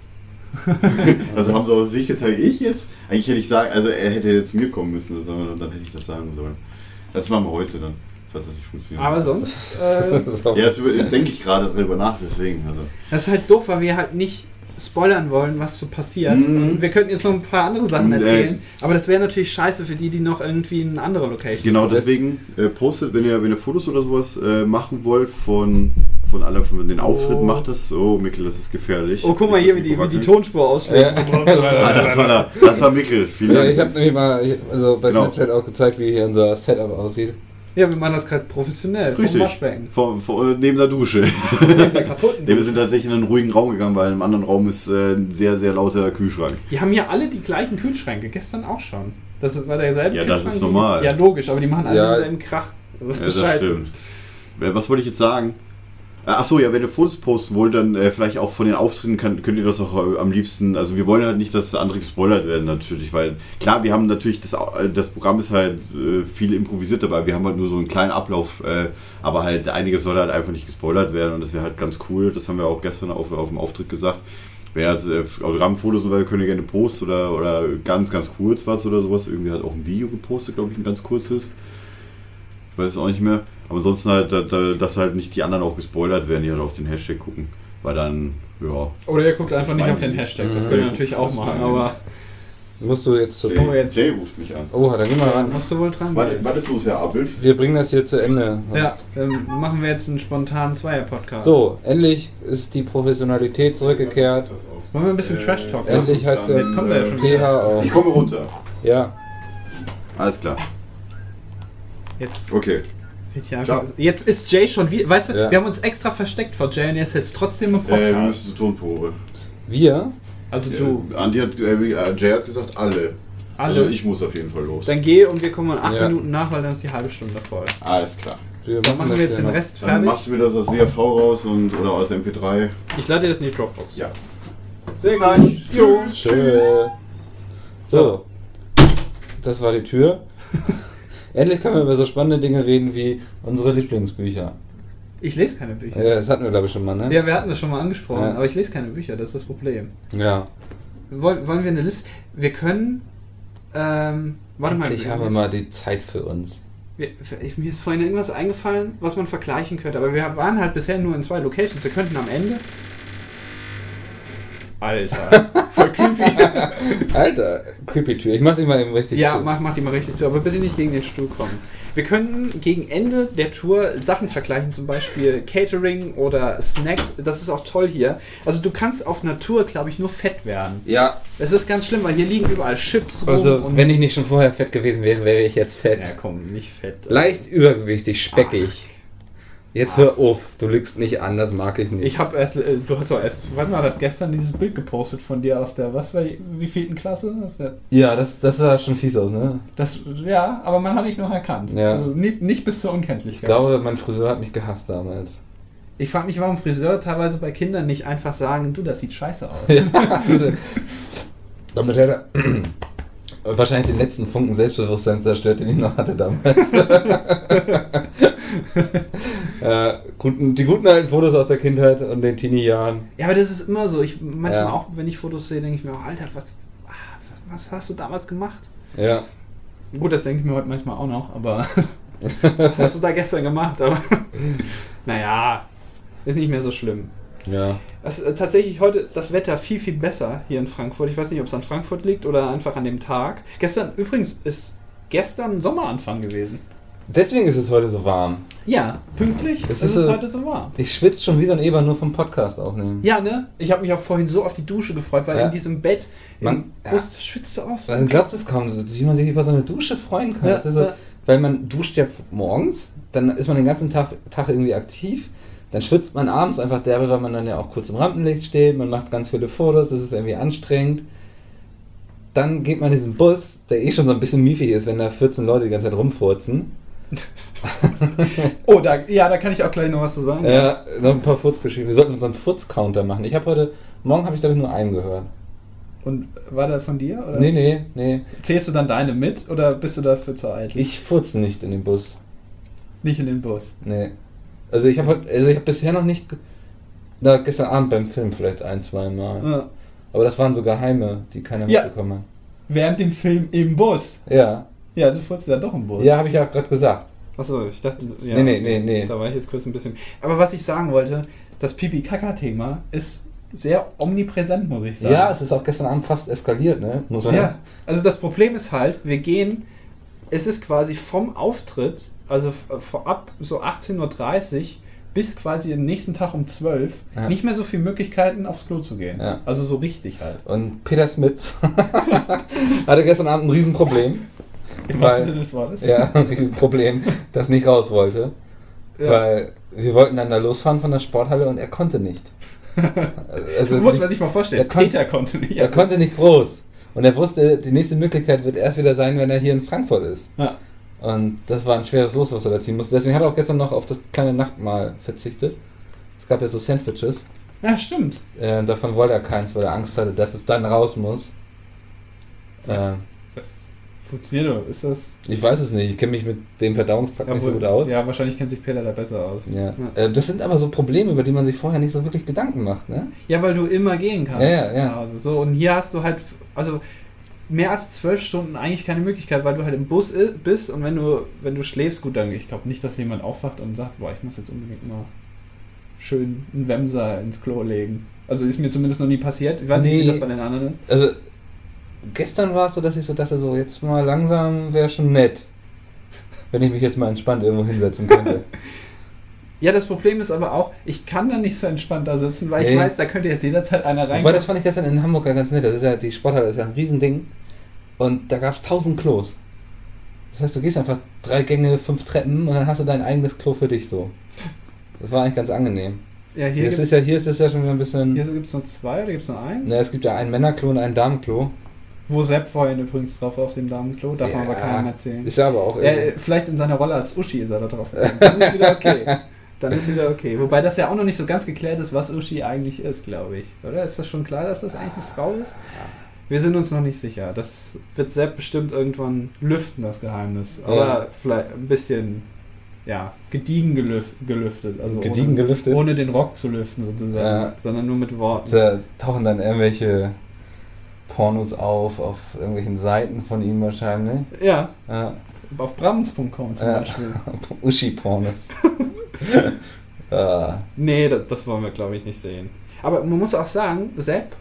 also haben sie auf sich gezeigt, ich jetzt? Eigentlich hätte ich sagen, also er hätte jetzt zu mir kommen müssen, das haben wir- dann hätte ich das sagen sollen. Das machen wir heute dann, falls das nicht funktioniert. Aber sonst. Äh, So. ja, das über- denke ich gerade drüber nach, deswegen. Also, Das ist halt doof, weil wir halt nicht spoilern wollen, was so passiert. Mhm. Und wir könnten jetzt noch ein paar andere Sachen Mhm, erzählen, aber das wäre natürlich scheiße für die, die noch irgendwie in eine andere Location genau, das- deswegen äh, postet, wenn ihr, wenn ihr Fotos oder sowas äh, machen wollt von, von aller von den Auftritten, Oh. macht das. Oh, Mikkel, das ist gefährlich. Oh, guck mal hier, wie die, wie die Tonspur ausschlägt. Ah, das, war da, das war Mikkel. Vielen Ja, Dank. ich habe nämlich mal ich, also bei Genau. Snapchat auch gezeigt, wie hier unser Setup aussieht. Ja, wir machen das gerade professionell. Vom Richtig. Waschbecken. vor, vor, neben der Dusche. Mit der kaputten. Nee, wir sind tatsächlich in einen ruhigen Raum gegangen, weil im anderen Raum ist äh, ein sehr, sehr lauter Kühlschrank. Die haben ja alle die gleichen Kühlschränke, gestern auch schon. Das war derselbe Ja, das Kühlschrank. ist normal. Die, ja, logisch, aber die machen alle Ja. denselben Krach. Das ist Ja, das scheiße. stimmt. Äh, Was wollte ich jetzt sagen? Achso, ja, wenn ihr Fotos posten wollt, dann äh, vielleicht auch von den Auftritten kann, könnt ihr das auch äh, am liebsten. Also, wir wollen halt nicht, dass andere gespoilert werden, natürlich, weil klar, wir haben natürlich, das, Au- äh, das Programm ist halt äh, viel improvisiert dabei. Wir haben halt nur so einen kleinen Ablauf, äh, aber halt einiges soll halt einfach nicht gespoilert werden und das wäre halt ganz cool. Das haben wir auch gestern auf, auf dem Auftritt gesagt. Wenn ihr also äh, Autogrammfotos oder könnt ihr gerne posten oder, oder ganz, ganz kurz was oder sowas. Irgendwie hat auch ein Video gepostet, glaube ich, ein ganz kurzes. Ich weiß es auch nicht mehr. Aber ansonsten halt, da- da- dass halt nicht die anderen auch gespoilert werden, die halt auf den Hashtag gucken. Weil dann, ja. Oder ihr guckt Das ist einfach nicht auf den peinlich. Hashtag. Das Mhm. könnt ihr natürlich auch Das ist machen, peinlich. aber Musst du jetzt zu. Jay- jetzt- Jay ruft mich an. Oh, dann geh mal da ran. musst du wohl dran Warte, gehen. warte, es muss ja abbild. Wir bringen das hier zu Ende. Ja, dann machen wir jetzt einen spontanen Zweier-Podcast. So, endlich ist die Professionalität zurückgekehrt. Wollen wir ein Äh, bisschen ne? Trash-Talk machen? endlich heißt der Jetzt kommt er ja schon PH wieder. auch. Ich komme runter. Ja, Alles klar. Jetzt, Okay. Äh, wird hier einfach jetzt ist Jay schon wieder. Weißt du, Ja. wir haben uns extra versteckt vor Jay und er ist jetzt trotzdem im Äh, wir Podcast. müssen zur Tonprobe. wir. also du, Äh, Andi hat, äh, Jay hat gesagt, alle. alle. Also ich muss auf jeden Fall los. dann geh und wir kommen in acht Ja. Minuten nach, weil dann ist die halbe Stunde voll. Alles klar. Wir Dann machen das wir jetzt hier den noch. Rest Dann fertig. machst du mir das aus WAV raus und, oder aus MP3. Ich lade dir das in die Dropbox. Ja. Sehr gleich. Tschüss. Tschö. So, das war die Tür. Endlich können wir über so spannende Dinge reden wie unsere Lieblingsbücher. Ich lese keine Bücher. Ja, das hatten wir, glaube ich, schon mal, ne? Ja, wir hatten das schon mal angesprochen, Ja. aber ich lese keine Bücher, das ist das Problem. Ja. Wollen, wollen wir eine Liste? Wir können. Ähm, warte mal, Endlich wir- haben wir mal die Zeit für uns. Wir, ich- mir ist vorhin irgendwas eingefallen, was man vergleichen könnte, aber wir waren halt bisher nur in zwei Locations. Wir könnten am Ende. Alter. Voll creepy. Alter, creepy Tür. Ich mach sie mal eben richtig ja, zu. mach, mach die mal richtig zu, aber bitte nicht gegen den Stuhl kommen. Wir könnten gegen Ende der Tour Sachen vergleichen, zum Beispiel Catering oder Snacks. Das ist auch toll hier. Also, du kannst auf einer Tour, glaube ich, nur fett werden. Ja, Das ist ganz schlimm, weil hier liegen überall Chips rum. also und- wenn ich nicht schon vorher fett gewesen wäre, wäre ich jetzt fett. Oh, Ja, komm, nicht fett. Leicht übergewichtig, speckig. Jetzt hör auf, du liegst nicht an, das mag ich nicht. Ich habe erst, äh, du hast doch erst, wann war das gestern, dieses Bild gepostet von dir aus der, was war, wie vielten Klasse? Aus der, ja, das, das sah schon fies aus, ne? das, ja, aber man hat dich noch erkannt. Ja. Also nicht, nicht bis zur Unkenntlichkeit. Ich glaube, mein Friseur hat mich gehasst damals. ich frage mich, warum Friseure teilweise bei Kindern nicht einfach sagen, du, das sieht scheiße aus. Also, Damit hätte er wahrscheinlich den letzten Funken Selbstbewusstseins zerstört, den ich noch hatte damals. äh, guten, die guten alten Fotos aus der Kindheit und den Teenie-Jahren. Ja, aber das ist immer so. Ich, manchmal Ja. auch, wenn ich Fotos sehe, denke ich mir, oh, Alter, was, ah, was hast du damals gemacht? Ja. Gut, das denke ich mir heute manchmal auch noch, aber was hast du da gestern gemacht? Aber naja, ist nicht mehr so schlimm. Ja. Es ist tatsächlich heute das Wetter viel, viel besser hier in Frankfurt. Ich weiß nicht, ob es an Frankfurt liegt oder einfach an dem Tag. Gestern, übrigens, ist gestern Sommeranfang gewesen. Deswegen ist es heute so warm. Ja, pünktlich. Es Es ist, ist so- heute so warm. Ich schwitze schon wie so ein Eber nur vom Podcast aufnehmen. Ja, ne? Ich habe mich auch vorhin so auf die Dusche gefreut, weil Ja. in diesem Bett im Man- ja. Bus schwitzt du aus. Man glaubt es kaum, wie man sich über so eine Dusche freuen kann. Ja, das ist so, ja. weil man duscht ja morgens, dann ist man den ganzen Tag, Tag irgendwie aktiv, dann schwitzt man abends einfach derbe, weil man dann ja auch kurz im Rampenlicht steht, man macht ganz viele Fotos, das ist irgendwie anstrengend. Dann geht man in diesen Bus, der eh schon so ein bisschen miefig ist, wenn da 14 Leute die ganze Zeit rumfurzen. Oh, da, ja, da kann ich auch gleich noch was zu sagen. Ja, Äh, noch ein paar Furzgeschichten. Wir sollten unseren Furz-Counter machen. Ich habe heute, morgen habe ich glaube ich nur einen gehört. Und war der von dir? Oder? Nee, nee, nee. Zählst du dann deine mit oder bist du dafür zu eitel? Ich furze nicht in den Bus. Nicht in den Bus. Nee. Also ich habe also ich hab bisher noch nicht. ge- Na, gestern Abend beim Film vielleicht ein, zwei Mal. Ja. Aber das waren so geheime, die keiner Mhm. Ja. mitbekommen Während dem Film im Bus. hat. Ja. Ja, also furzt du dann doch im Bus. Ja, habe ich ja gerade gesagt. Achso, ich dachte. Ja, Nee, nee, nee, nee. Da war ich jetzt kurz ein bisschen. Aber was ich sagen wollte, das Pipi-Kaka-Thema ist sehr omnipräsent, muss ich sagen. Ja, es ist auch gestern Abend fast eskaliert, ne? Muss man Ja, also das Problem ist halt, wir gehen, es ist quasi vom Auftritt, also f- vorab so 18.30 Uhr bis quasi am nächsten Tag um 12 Ja. nicht mehr so viele Möglichkeiten aufs Klo zu gehen. Ja. Also so richtig halt. Und Peter Smith hatte gestern Abend ein Riesenproblem. Weil- Im wahrsten Sinne des Wortes. Ja, ein Riesenproblem, das nicht raus wollte. Ja. Weil wir wollten dann da losfahren von der Sporthalle und er konnte nicht. Also Muss man sich mal vorstellen, Der kon- Peter konnte nicht. Er konnte nicht groß. Und er wusste, die nächste Möglichkeit wird erst wieder sein, wenn er hier in Frankfurt ist. Ja. Und das war ein schweres Los, was er da ziehen musste. Deswegen hat er auch gestern noch auf das kleine Nachtmahl verzichtet. Es gab ja so Sandwiches. ja, stimmt. Äh, davon wollte er keins, weil er Angst hatte, dass es dann raus muss. Äh, Das funktioniert doch. Ist das... ich weiß es nicht. Ich kenne mich mit dem Verdauungstrakt nicht so Jawohl. gut aus. Ja, wahrscheinlich kennt sich Peter da besser aus. Ja. Äh, das sind aber so Probleme, über die man sich vorher nicht so wirklich Gedanken macht. Ne? Ja, weil du immer gehen kannst. Ja, ja, zu ja. Hause. So, und hier hast du halt, also mehr als zwölf Stunden eigentlich keine Möglichkeit, weil du halt im Bus i- bist und wenn du, wenn du schläfst, gut, dann ich glaube nicht, dass jemand aufwacht und sagt, boah, ich muss jetzt unbedingt mal schön einen Wemser ins Klo legen. Also ist mir zumindest noch nie passiert. Ich weiß nicht, wie Nee. das bei den anderen ist. Also, gestern war es so, dass ich so dachte, so jetzt mal langsam wäre schon nett, wenn ich mich jetzt mal entspannt irgendwo hinsetzen könnte. Ja, das Problem ist aber auch, ich kann da nicht so entspannt da sitzen, weil ich Nee. weiß, da könnte jetzt jederzeit einer Wobei, rein. das fand ich gestern in Hamburg ja ganz nett. Das ist ja, die Sporthalle ist ja ein Riesending. Und da gab es tausend Klos. Das heißt, du gehst einfach drei Gänge, fünf Treppen und dann hast du dein eigenes Klo für dich so. Das war eigentlich ganz angenehm. Ja, hier Hier, gibt ist, es es ja, hier ist es ja schon wieder ein bisschen. hier gibt's noch zwei oder gibt es noch eins? Na, es gibt ja ein Männerklo und ein Damenklo. Wo Sepp vorhin übrigens drauf war auf dem Damenklo, darf man Ja. aber keinem erzählen. Ist ja aber auch. Äh, vielleicht in seiner Rolle als Uschi ist er da drauf. gekommen. Dann ist wieder okay. Dann ist wieder okay. Wobei das ja auch noch nicht so ganz geklärt ist, was Uschi eigentlich ist, glaube ich. Oder? Ist das schon klar, dass das eigentlich eine Ah. Frau ist? Wir sind uns noch nicht sicher. Das wird Sepp bestimmt irgendwann lüften, das Geheimnis. Aber Ja. vielleicht ein bisschen, ja, gediegen gelüf gelüftet. Also gediegen ohne, gelüftet. ohne den Rock zu lüften sozusagen, Ja. sondern nur mit Worten. Da tauchen dann irgendwelche Pornos auf, auf irgendwelchen Seiten von ihm wahrscheinlich. ne? Ja, Ja, auf brams.com zum Ja. Beispiel. Uschi-Pornos. ah, Nee, das, das wollen wir, glaube ich, nicht sehen. Aber man muss auch sagen, Sepp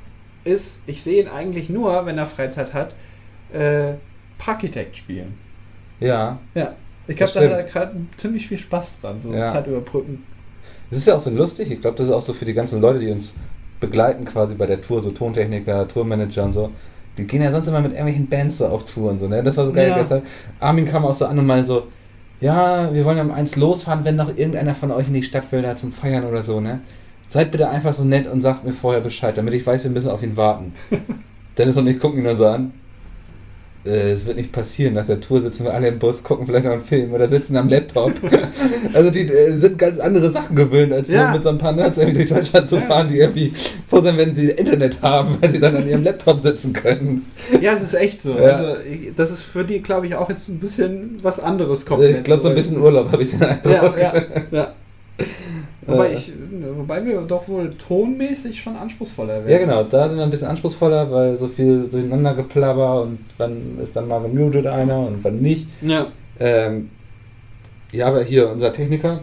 ist, ich sehe ihn eigentlich nur, wenn er Freizeit hat, äh, Parkitect spielen. ja, Ich Das glaube, da hat er stimmt. gerade ziemlich viel Spaß dran, so Ja. Zeit überbrücken. es ist ja auch so lustig. Ich glaube, das ist auch so für die ganzen Leute, die uns begleiten quasi bei der Tour, so Tontechniker, Tourmanager und so. Die gehen ja sonst immer mit irgendwelchen Bands so auf Tour und so, ne? Das war so geil Ja. gestern. Armin kam auch so an und meinte so, ja, wir wollen um eins losfahren, wenn noch irgendeiner von euch in die Stadt will, da zum Feiern oder so, ne? Seid bitte einfach so nett und sagt mir vorher Bescheid, damit ich weiß, wir müssen auf ihn warten. Dennis und ich gucken ihn dann so an. äh, es wird nicht passieren. Nach der Tour sitzen wir alle im Bus, gucken vielleicht noch einen Film oder sitzen am Laptop. also die äh, sind ganz andere Sachen gewöhnt, als Ja. so mit so ein paar Nerds irgendwie durch Deutschland zu fahren, die irgendwie froh sein, wenn sie Internet haben, weil sie dann an ihrem Laptop sitzen können. Ja, es ist echt so. Ja. Also, ich- das ist für die, glaube ich, auch jetzt ein bisschen was anderes komplett. ich glaube, so ein bisschen Urlaub habe ich den Eindruck. Ja, ja, ja. Wobei, Äh. ich, wobei wir doch wohl tonmäßig schon anspruchsvoller werden. Ja, genau, da sind wir ein bisschen anspruchsvoller, weil so viel durcheinander geplapper und wann ist dann mal gemutet einer und wann nicht. Ja. Ähm, ja, aber hier unser Techniker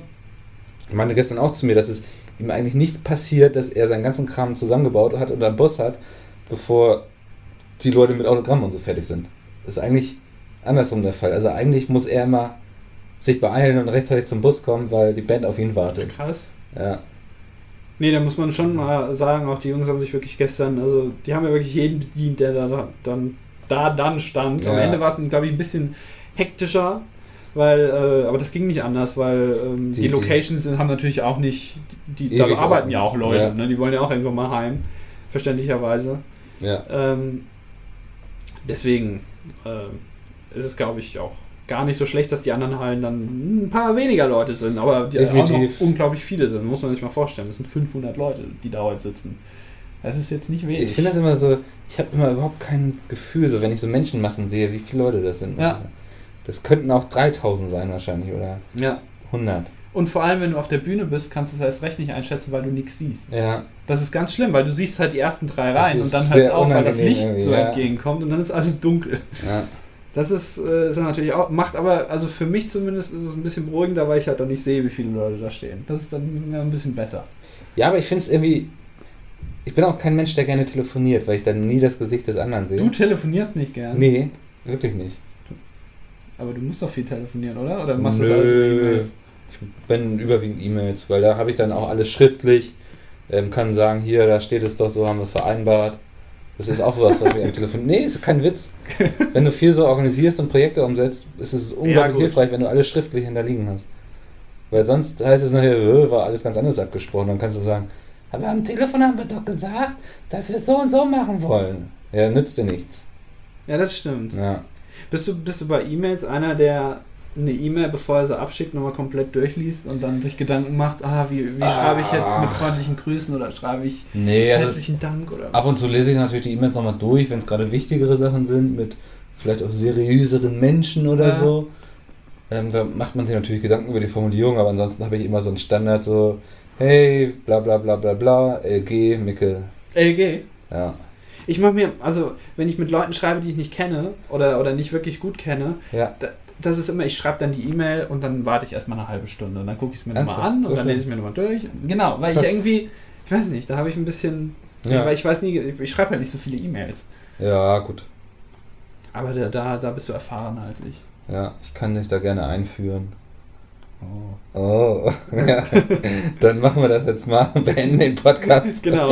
meinte gestern auch zu mir, dass es ihm eigentlich nicht passiert, dass er seinen ganzen Kram zusammengebaut hat oder einen Boss hat, bevor die Leute mit Autogramm und so fertig sind. Das ist eigentlich andersrum der Fall. Also eigentlich muss er immer sich beeilen und rechtzeitig zum Bus kommen, weil die Band auf ihn wartet. Krass. Ja. Nee, da muss man schon mal sagen, auch die Jungs haben sich wirklich gestern, also die haben ja wirklich jeden bedient, der da, da dann, da dann stand. Am Ja. Ende war es, glaube ich, ein bisschen hektischer, weil, äh, aber das ging nicht anders, weil ähm, die, Die- die- Locations sind, haben natürlich auch nicht, die, die da Ewig arbeiten offen. ja auch Leute, Ja. Ne? die wollen ja auch irgendwann mal heim, verständlicherweise. Ja. Ähm, deswegen äh, ist es, glaube ich, auch gar nicht so schlecht, dass die anderen Hallen dann ein paar weniger Leute sind, aber die auch noch Definitiv. unglaublich viele sind. Muss man sich mal vorstellen. Das sind 500 Leute, die da heute sitzen. Das ist jetzt nicht wenig. Ich finde das immer so, ich habe immer überhaupt kein Gefühl, so wenn ich so Menschenmassen sehe, wie viele Leute das sind. Ja. Das könnten auch 3000 sein wahrscheinlich oder ja. 100. Und vor allem, wenn du auf der Bühne bist, kannst du es erst recht nicht einschätzen, weil du nichts siehst. Ja, Das ist ganz schlimm, weil du siehst halt die ersten drei Das Reihen und ist dann hört es sehr auf, weil das unangenehm Licht irgendwie, so ja. entgegenkommt und dann ist alles dunkel. ja. Das ist, äh, ist dann natürlich auch, macht aber, also für mich zumindest ist es ein bisschen beruhigender, weil ich halt dann nicht sehe, wie viele Leute da stehen. Das ist dann ja, ein bisschen besser. ja aber ich finde es irgendwie, ich bin auch kein Mensch, der gerne telefoniert, weil ich dann nie das Gesicht des anderen sehe. Du telefonierst nicht gern, Nee, wirklich nicht. aber du musst doch viel telefonieren, oder? Oder machst du das Nö. alles über E-Mails? Wenn überwiegend E-Mails, weil da habe ich dann auch alles schriftlich, ähm, kann sagen, hier, da steht es doch, so haben wir es vereinbart. Das ist auch sowas, was wir am Telefon. Nee, ist kein Witz. Wenn du viel so organisierst und Projekte umsetzt, ist es unglaublich gut. hilfreich, wenn du alles schriftlich hinterliegen hast. Weil sonst heißt es nachher, "Äh, war alles ganz anders abgesprochen. Dann kannst du sagen, aber am Telefon haben wir doch gesagt, dass wir es so und so machen wollen. Ja, nützt dir nichts. Ja, das stimmt. Ja. Bist, du, bist du bei E-Mails einer, der eine E-Mail, bevor er sie abschickt, nochmal komplett durchliest und dann sich Gedanken macht, ah, wie, wie schreibe ich jetzt mit freundlichen Grüßen oder schreibe ich Nee, herzlichen Dank oder also Ab und zu lese ich natürlich die E-Mails nochmal durch, wenn es gerade wichtigere Sachen sind, mit vielleicht auch seriöseren Menschen oder Ja. so. Ähm, da macht man sich natürlich Gedanken über die Formulierung, aber ansonsten habe ich immer so einen Standard so, hey, bla bla bla bla bla, LG, Mickel. LG? Ja. Ich mache mir, also wenn ich mit Leuten schreibe, die ich nicht kenne oder, oder nicht wirklich gut kenne, Ja. da, das ist immer, ich schreibe dann die E-Mail und dann warte ich erstmal eine halbe Stunde und dann gucke ich es mir nochmal Ernsthaft? an So und dann schlimm? lese ich mir nochmal durch. Genau, weil ich Krass. irgendwie, ich weiß nicht, da habe ich ein bisschen, Ja, weil ich weiß nie, ich, ich schreibe halt nicht so viele E-Mails. ja gut. Aber da, da, da bist du erfahrener als ich. Ja, ich kann dich da gerne einführen. Oh. Oh, ja. Dann machen wir das jetzt mal, beenden den Podcast. Genau.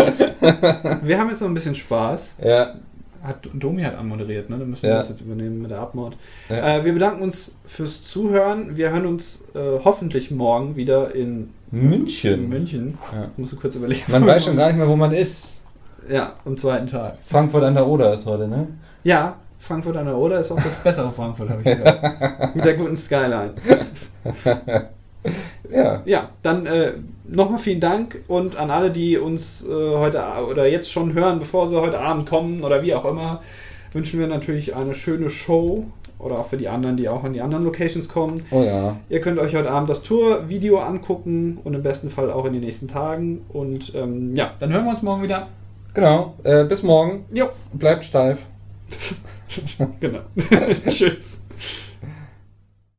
Wir haben jetzt noch ein bisschen Spaß. Ja, Hat, Domi hat anmoderiert, ne? Dann müssen wir Ja. das jetzt übernehmen mit der Abmord. Ja. Äh, wir bedanken uns fürs Zuhören. Wir hören uns äh, hoffentlich morgen wieder in München. In München. Ja. Musst du kurz überlegen. Man weiß schon gar nicht mehr, wo man ist. Ja, am zweiten Tag. Frankfurt an der Oder ist heute, ne? Ja, Frankfurt an der Oder ist auch das bessere Frankfurt, habe ich gehört. Mit der guten Skyline. Ja. Ja, dann äh, nochmal vielen Dank und an alle, die uns äh, heute a- oder jetzt schon hören, bevor sie heute Abend kommen oder wie auch immer, wünschen wir natürlich eine schöne Show oder auch für die anderen, die auch an die anderen Locations kommen. Oh ja. Ihr könnt euch heute Abend das Tour-Video angucken und im besten Fall auch in den nächsten Tagen. Und ähm, ja, dann hören wir uns morgen wieder. Genau. Äh, bis morgen. Jo, Bleibt steif. genau. Tschüss.